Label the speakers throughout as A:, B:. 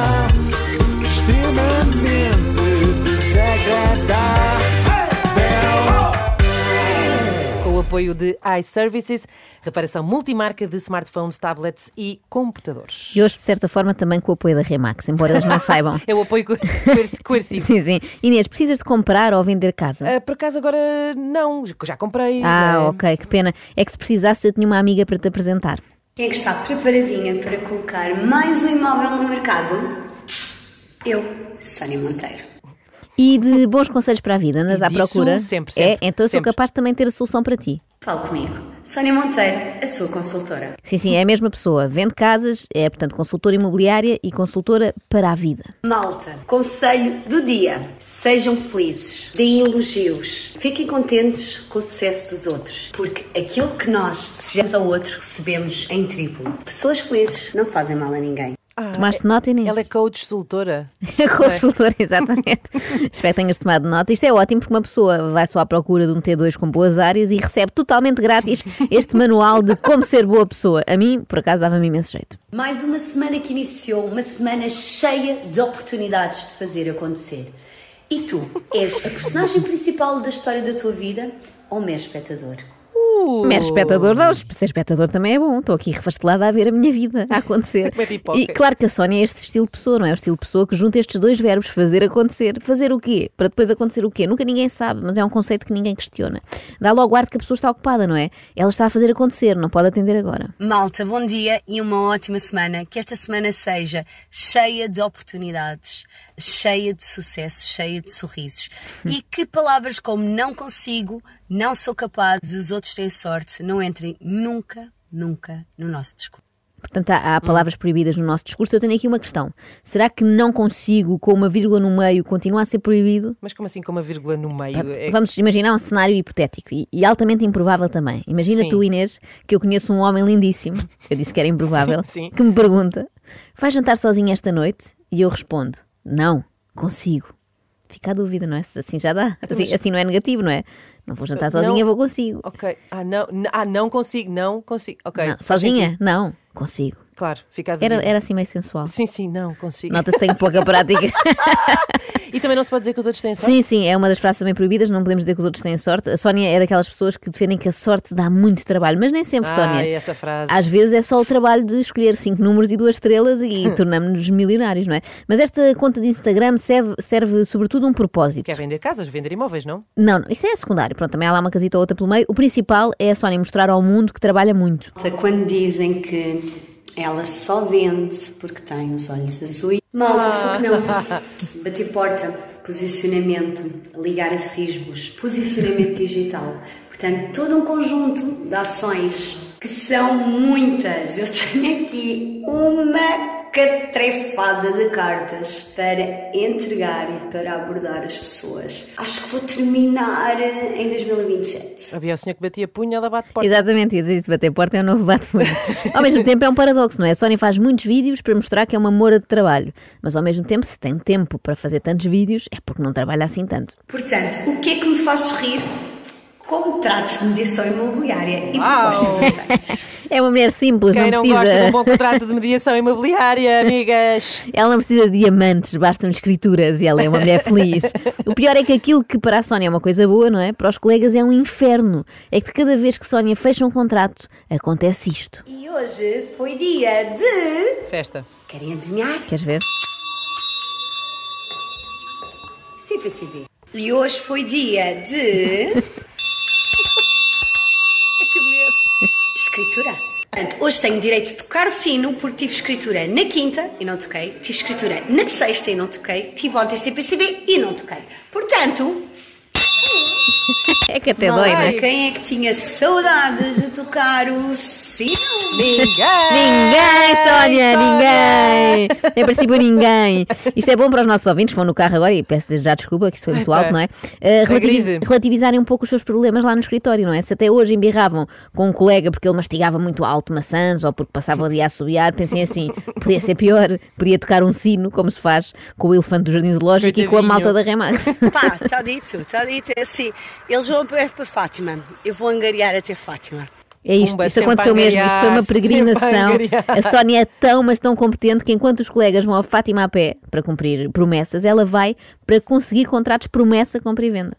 A: extremamente desagradável.
B: Com o apoio de iServices, reparação multimarca de smartphones, tablets e computadores.
C: E hoje, de certa forma, também com o apoio da Remax, embora eles não saibam.
B: É o apoio co- coerci- coercivo.
C: Sim, sim. Inês, precisas de comprar ou vender casa?
B: Ah, por acaso agora não, já comprei.
C: Ah,
B: não é?
C: ok, que pena. É que se precisasse, eu tinha uma amiga para te apresentar.
D: Quem é que está preparadinha para colocar mais um imóvel no mercado? Eu, Sónia Monteiro.
C: E de bons conselhos para a vida, andas
B: E
C: à
B: disso
C: procura?
B: sempre, sempre,
C: É, então eu sou
B: sempre.
C: capaz de também ter a solução para ti.
D: Fale comigo. Sónia Monteiro, a sua consultora.
C: Sim, sim, é a mesma pessoa. Vende casas, é, portanto, consultora imobiliária e consultora para a vida.
D: Malta, conselho do dia. Sejam felizes, deem elogios, fiquem contentes com o sucesso dos outros, porque aquilo que nós desejamos ao outro, recebemos em triplo. Pessoas felizes não fazem mal a ninguém.
B: Ah,
C: Tomaste nota, Inês?
B: Ela é coach, soltora.
C: A consultora, exatamente. Espero que tenhas tomado nota. Isto é ótimo porque uma pessoa vai só à procura de um T2 com boas áreas e recebe totalmente grátis este manual de como ser boa pessoa. A mim, por acaso, dava-me imenso jeito.
D: Mais uma semana que iniciou, uma semana cheia de oportunidades de fazer acontecer. E tu és a personagem principal da história da tua vida ou um mero espectador?
B: Uh!
C: Mero espectador, não, ser espectador também é bom. Estou aqui refastelada a ver a minha vida a acontecer.
B: Comer pipoca.
C: e claro que a Sónia é este estilo de pessoa, não é? O estilo de pessoa que junta estes dois verbos, fazer acontecer. Fazer o quê? Para depois acontecer o quê? Nunca ninguém sabe, mas é um conceito que ninguém questiona. Dá logo ar de que a pessoa está ocupada, não é? Ela está a fazer acontecer, não pode atender agora.
D: Malta, bom dia e uma ótima semana. Que esta semana seja cheia de oportunidades, cheia de sucessos, cheia de sorrisos. E que palavras como não consigo, não sou capaz, os outros têm sorte, não entrem nunca, nunca no nosso discurso.
C: Portanto, há, há
B: Uhum.
C: palavras proibidas no nosso discurso. Eu tenho aqui uma questão. Será que não consigo, com uma vírgula no meio, continua a ser proibido?
B: Mas como assim com uma vírgula no meio?
C: Portanto,
B: É-
C: Vamos imaginar um cenário hipotético e, e altamente improvável também. Imagina
B: Sim.
C: tu, Inês, que eu conheço um homem lindíssimo, eu disse que era improvável,
B: Sim, sim.
C: que me pergunta: vais jantar sozinha esta noite? E eu respondo: não, consigo. Fica a dúvida, não é? Se Assim já dá. Assim, assim não é negativo, não é? Não vou jantar
B: Então, Não.
C: sozinha, vou consigo.
B: Ok. Ah não, n- ah, não consigo, não consigo. Ok.
C: Não,
B: Faz
C: sozinha?
B: sentido.
C: Não, consigo.
B: Claro, fica a
C: Era,
B: dúvida.
C: era assim meio sensual.
B: Sim, sim, não consigo.
C: Nota-se que tenho pouca prática.
B: E também não se pode dizer que os outros têm sorte.
C: Sim, sim, é uma das frases também proibidas, não podemos dizer que os outros têm sorte. A Sónia é daquelas pessoas que defendem que a sorte dá muito trabalho, mas nem sempre,
B: Ah,
C: Sónia.
B: essa frase.
C: Às vezes é só o trabalho de escolher cinco números e duas estrelas e tornamos-nos milionários, não é? Mas esta conta de Instagram serve, serve sobretudo um propósito.
B: Quer vender casas, vender imóveis, não?
C: Não, não, isso é secundário, pronto, também há lá uma casita ou outra pelo meio. O principal é a Sónia mostrar ao mundo que trabalha muito.
D: Malta, quando dizem que ela só vende porque tem os olhos azuis. Malta, só que não. Bater porta, posicionamento, ligar a fisgos, posicionamento digital. Portanto, todo um conjunto de ações que são muitas. Eu tenho aqui uma catrefada de cartas para entregar e para abordar as pessoas. Acho que vou terminar eh, em 2027.
B: Havia o senhor que batia punho, ela bate porta.
C: Exatamente, e diz bater porta é um novo bate Ao mesmo tempo é um paradoxo, não é? A Sónia faz muitos vídeos para mostrar que é uma mora de trabalho, mas ao mesmo tempo, se tem tempo para fazer tantos vídeos, é porque não trabalha assim tanto.
D: Portanto, o que é que me faz sorrir? Contratos de mediação imobiliária e propostas aceites.
C: É uma mulher simples,
B: Quem
C: não
B: não
C: precisa.
B: gosta de um bom contrato de mediação imobiliária, amigas?
C: Ela não precisa de diamantes, bastam escrituras e ela é uma mulher feliz. O pior é que aquilo que para a Sónia é uma coisa boa, não é? Para os colegas é um inferno. É que de cada vez que Sónia fecha um contrato, acontece isto.
D: E hoje foi dia de.
B: Festa.
D: Querem adivinhar?
C: Queres ver?
D: CPCB. E hoje foi dia de.
B: Que medo.
D: Escritura. Portanto, Hoje tenho direito de tocar o sino porque tive escritura na quinta e não toquei, tive escritura na sexta e não toquei, tive ontem CPCB e não toquei. Portanto,
C: É que até dói, não é?
D: quem é que tinha saudades de tocar o sino?
C: Ninguém, Sónia,
B: Sónia!
C: ninguém! Em princípio, ninguém. Isto é bom para os nossos ouvintes que vão no carro agora e peço desde já desculpa que isso foi muito alto, não é? Eh, relativi-
B: crise.
C: relativizarem um pouco os seus problemas lá no escritório, não é? Se até hoje embirravam com um colega porque ele mastigava muito alto maçãs ou porque passava o dia a assobiar, pensem assim: podia ser pior, podia tocar um sino, como se faz com o elefante do Jardim Zoológico e com a
B: Coitadinho.
C: malta da Remax.
E: Pá, está dito, está dito. É assim, eles vão para para Fátima. Eu vou angariar até Fátima.
C: É isto,
B: Pumba,
C: isto
B: sempre
C: aconteceu
B: a
C: mesmo, isto foi uma
B: angariar,
C: peregrinação.
B: sempre a
C: A
B: angariar.
C: Sónia é tão, mas tão competente que enquanto os colegas vão a Fátima a pé para cumprir promessas, ela vai para conseguir contratos promessa, compra e venda.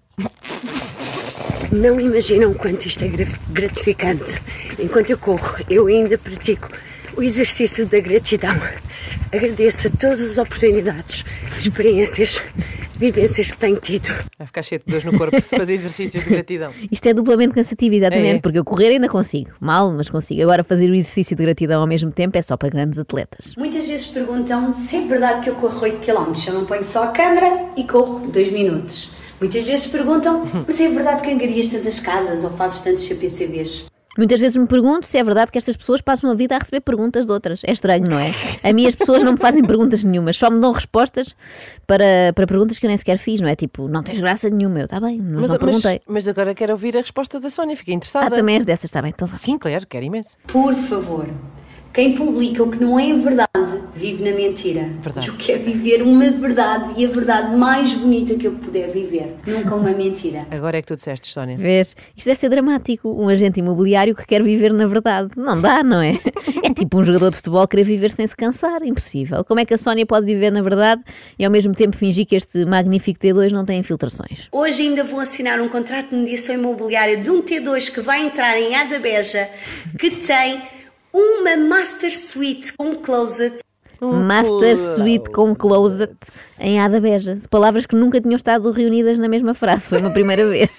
E: Não imaginam quanto isto é graf- gratificante. Enquanto eu corro, eu ainda pratico o exercício da gratidão. Agradeço a todas as oportunidades, experiências, vivências que tenho tido.
B: Vai ficar cheio de dores no corpo se fazer exercícios de gratidão.
C: Isto é duplamente cansativo, exatamente,
B: É, é.
C: porque eu correr ainda consigo, mal, mas consigo. Agora fazer o exercício de gratidão ao mesmo tempo é só para grandes atletas.
D: Muitas vezes perguntam se é verdade que eu corro 8 km. Eu não ponho só a câmara e corro 2 minutos. Muitas vezes perguntam, mas é verdade que angarias tantas casas ou fazes tantos CPCBs?
C: Muitas vezes me pergunto se é verdade que estas pessoas passam a vida a receber perguntas de outras. É estranho, não é? A mim as pessoas não me fazem perguntas nenhumas, só me dão respostas para, para perguntas que eu nem sequer fiz, não é? Tipo, não tens graça nenhuma, eu, está bem, mas, não perguntei.
B: mas agora quero ouvir a resposta da Sónia, fiquei
C: Ah,
B: interessada.
C: também és dessas, está bem, então vá.
B: Sim, claro, quero imenso.
D: Por favor, quem publica o que não é verdade vive na mentira.
B: Verdade.
D: Eu quero viver uma verdade e a verdade mais bonita que eu puder viver. Nunca uma mentira.
B: Agora é que tu disseste, Sónia.
C: Vês? Isto deve ser dramático. Um agente imobiliário que quer viver na verdade. Não dá, não é? É tipo um jogador de futebol querer viver sem se cansar. Impossível. Como é que a Sónia pode viver na verdade e ao mesmo tempo fingir que este magnífico T2 não tem infiltrações?
D: Hoje ainda vou assinar um contrato de mediação imobiliária de um T2 que vai entrar em Adabeja, que tem uma master suite com um closet.
B: Um
C: Master Suite com Closet em Adabeja. Palavras que nunca tinham estado reunidas na mesma frase. Foi uma primeira vez.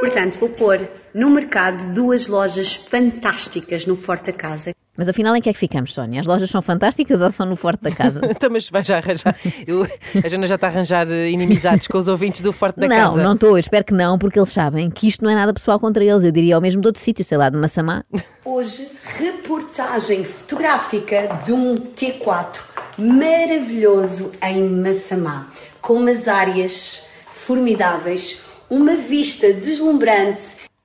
D: Portanto, vou pôr no mercado duas lojas fantásticas no Forte Casa.
C: Mas afinal em que é que ficamos, Sónia? As lojas são fantásticas ou são no forte da casa?
B: Então, mas vai já arranjar. Eu- a Jana já está a arranjar eh, inimizados com os ouvintes do Forte da
C: não,
B: Casa.
C: não estou, eu espero que não, porque eles sabem que isto não é nada pessoal contra eles. Eu diria ao mesmo de outro sítio, sei lá, de Massamá.
E: Hoje, reportagem fotográfica de um T4 maravilhoso em Massamá, com umas áreas formidáveis, uma vista deslumbrante.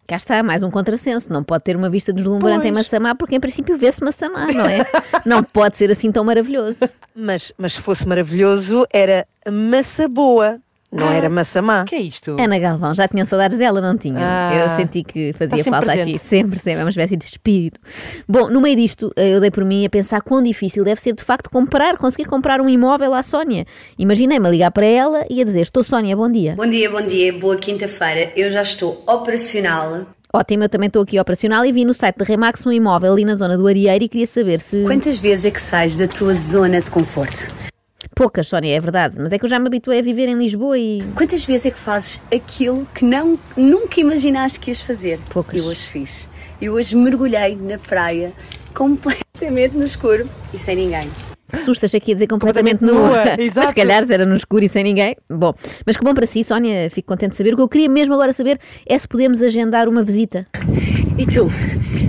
C: Cá está, mais um contrassenso. Não pode ter uma vista deslumbrante em Massamá, porque em princípio vê-se Massamá, não é? não pode ser assim tão maravilhoso.
F: Mas, mas se fosse maravilhoso, era massa boa, não
G: Ah.
F: era massa má.
C: tá.
B: O que é isto?
C: Ana Galvão, já tinham saudades dela, não tinham?
B: Ah,
C: eu senti que
B: está
C: fazia
B: sempre
C: falta
B: presente.
C: aqui, sempre, sempre, é uma espécie de espírito. Bom, no meio disto, eh, eu dei por mim a pensar quão difícil deve ser de facto comprar, conseguir comprar um imóvel à Sónia. Imaginei-me a ligar para ela e a dizer: Estou Sónia, bom dia.
D: Bom dia, bom dia, boa quinta-feira. Eu já estou operacional.
C: Ótimo, eu também estou aqui operacional e vi no site da Remax um imóvel ali na zona do Arieiro e queria saber se.
E: Quantas vezes é que sais da tua zona de conforto?
C: Poucas, Sónia, é verdade, mas é que eu já me habituei a viver em Lisboa e.
E: Quantas vezes é que fazes aquilo que não, nunca imaginaste que ias fazer?
C: Poucas.
E: Eu hoje fiz. Eu hoje mergulhei na praia, completamente no escuro e sem ninguém.
C: Assustas aqui a dizer completamente,
B: Completamente
C: nua.
B: nua, exato.
C: Mas se calhar era no escuro e sem ninguém. Bom, mas que bom para si, Sónia, fico contente de saber. O que eu queria mesmo agora saber é se podemos agendar uma visita.
E: E tu,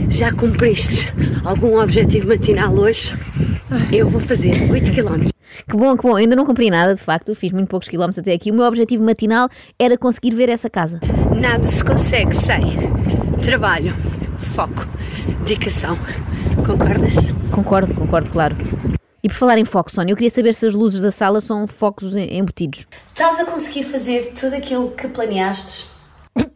E: já cumpriste algum objetivo matinal hoje? Eu vou fazer 8 km.
C: Que bom, que bom. Ainda não cumpri nada, de facto, fiz muito poucos quilómetros até aqui. O meu objetivo matinal era conseguir ver essa casa.
E: Nada se consegue sem trabalho, foco, dedicação. Concordas?
C: Concordo, concordo, claro. E por falar em foco, Sónia, eu queria saber se as luzes da sala são focos em- embutidos.
D: Estás a conseguir fazer tudo aquilo que planeaste?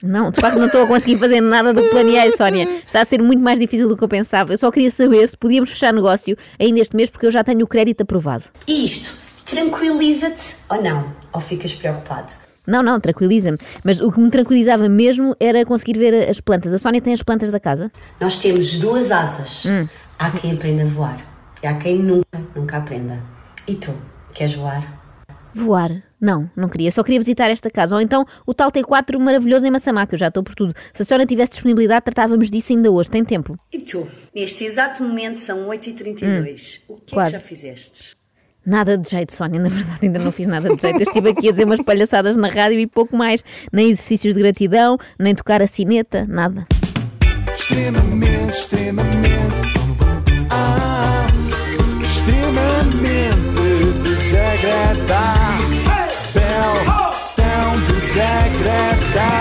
C: Não, de facto não estou a conseguir fazer nada do que planeei, Sónia. Está a ser muito mais difícil do que eu pensava. Eu só queria saber se podíamos fechar negócio ainda este mês, porque eu já tenho o crédito aprovado.
D: E isto tranquiliza-te ou não? Ou ficas preocupado?
C: Não, não, tranquiliza-me. Mas o que me tranquilizava mesmo era conseguir ver as plantas. A Sónia tem as plantas da casa?
D: Nós temos duas asas. Há quem aprenda a voar e há quem nunca, nunca aprenda. E tu, queres voar?
C: Voar? Não, não queria. Só queria visitar esta casa. Ou então o tal T4 maravilhoso em Massamá, que eu já estou por tudo. Se a senhora tivesse disponibilidade, tratávamos disso ainda hoje. Tem tempo?
D: E tu? Neste exato momento são 8h32. o que
C: quase.
D: é que já fizeste?
C: Nada de jeito, Sónia. Na verdade, ainda não fiz nada de jeito. Eu estive aqui a dizer umas palhaçadas na rádio e pouco mais. Nem exercícios de gratidão, nem tocar a sineta, nada.
A: extremamente, extremamente, ah, extremamente desagradável, tão desagradável.